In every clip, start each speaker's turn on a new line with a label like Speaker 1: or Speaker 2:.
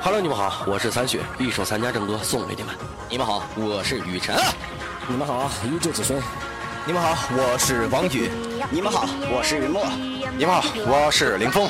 Speaker 1: Hello，你们好，我是残雪，一首《三家正歌》送给你们。你们好，我是雨辰。
Speaker 2: 你们好，宇宙子孙。
Speaker 3: 你们好，我是王宇。
Speaker 4: 你们好，我是云墨。
Speaker 5: 你们好，我是林峰。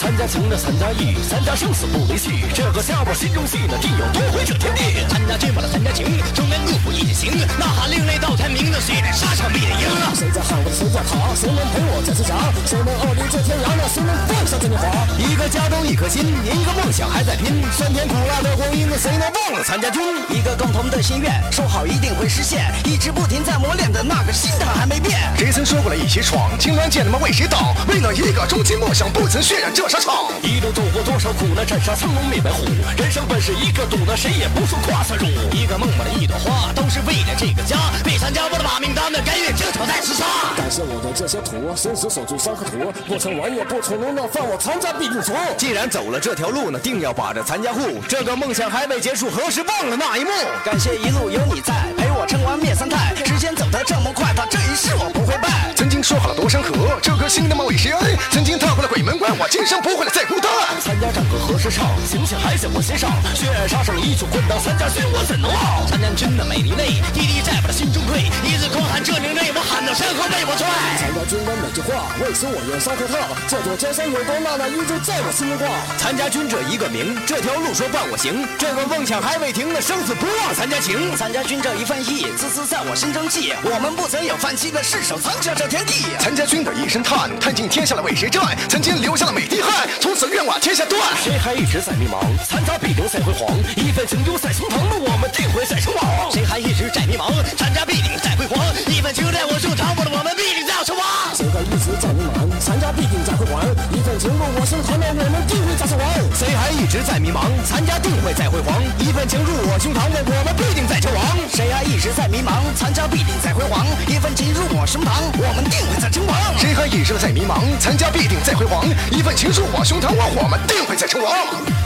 Speaker 1: 三家情呢，三家义，三家生死不离弃。这个笑话心中系呢，地有多回这天地。
Speaker 6: 参加军法的参加情，中原路虎一起行。呐喊另类到天明，那谁来杀场必得赢。
Speaker 2: 谁在喊我谁在跑，谁能陪我在思想？谁能傲立这天涯，那谁能放下这年华？
Speaker 6: 一个家中一颗心，一个梦想还在拼。酸甜苦辣的光阴，那谁能忘了参加军？一个共同的心愿，说好一定会实现。一直不停在磨练的那个心态还没变。
Speaker 7: 谁曾说过了一起闯，青蓝剑他妈为谁挡？为了一个终极梦想，不曾血染这沙场。
Speaker 1: 一路走过多少苦难，战杀苍龙灭白虎。人生本是一个赌，那谁也不说夸算辱。
Speaker 6: 一个梦梦的一朵花，都是为了这个家。为参加我的把命当，那甘愿征讨在厮杀。
Speaker 2: 感谢我的这些土，生死守住山河图。不曾玩也不从容，那犯我参加必定从。
Speaker 3: 既然走了这条路呢，定要把这参加户。这个梦想还未结束，何时忘了那一幕？
Speaker 6: 感谢一路有你在，陪我撑完灭三态。时间走得这么快，他这一世我不会败。
Speaker 7: 曾经说好了夺山河，这颗心他妈为谁安？曾经踏过了鬼门关，我今生不会再孤单。
Speaker 1: 参加战歌何时唱？行行还在我心上。血染沙场依旧滚烫，参加军我怎能忘？
Speaker 6: 参加军的美丽泪，滴滴在我的心中退。一字狂喊这另类，我喊到山河为我摧。
Speaker 2: 参加军官每句话，为此我愿山河烫。这座江山有多大，那依旧在我心中挂。
Speaker 3: 参加军者一个名，这条路说伴我行。这个梦想还未停，那生死不忘参加情。
Speaker 6: 参加军这一番意，孜孜在我心中记。我们不曾有放弃的誓守曾下这天地。
Speaker 7: 参加军的一声叹，叹尽天下了为谁战？曾经留下了每滴汗，从此愿往天下断。
Speaker 1: 谁还一直在迷茫？参加必留赛辉煌，一份情丢在胸膛，我们定会再称王。
Speaker 6: 谁还一直在迷茫？参加必定在辉煌，一份情在我胸膛，我的我们必定在称王。
Speaker 2: 谁还一直在迷茫？参加必定在辉煌，一份情入我胸膛，我们定会再称王。
Speaker 3: 谁还一直在迷茫？参加定会再辉煌，一份情入我胸膛，我们必定再称王。
Speaker 6: 谁还一直在迷茫？参加必定在辉煌，一份情入我胸膛，我们定会再称王。
Speaker 7: 谁还一直在迷茫？参加必定再辉煌，一份情入我胸膛，我我们定会再称王。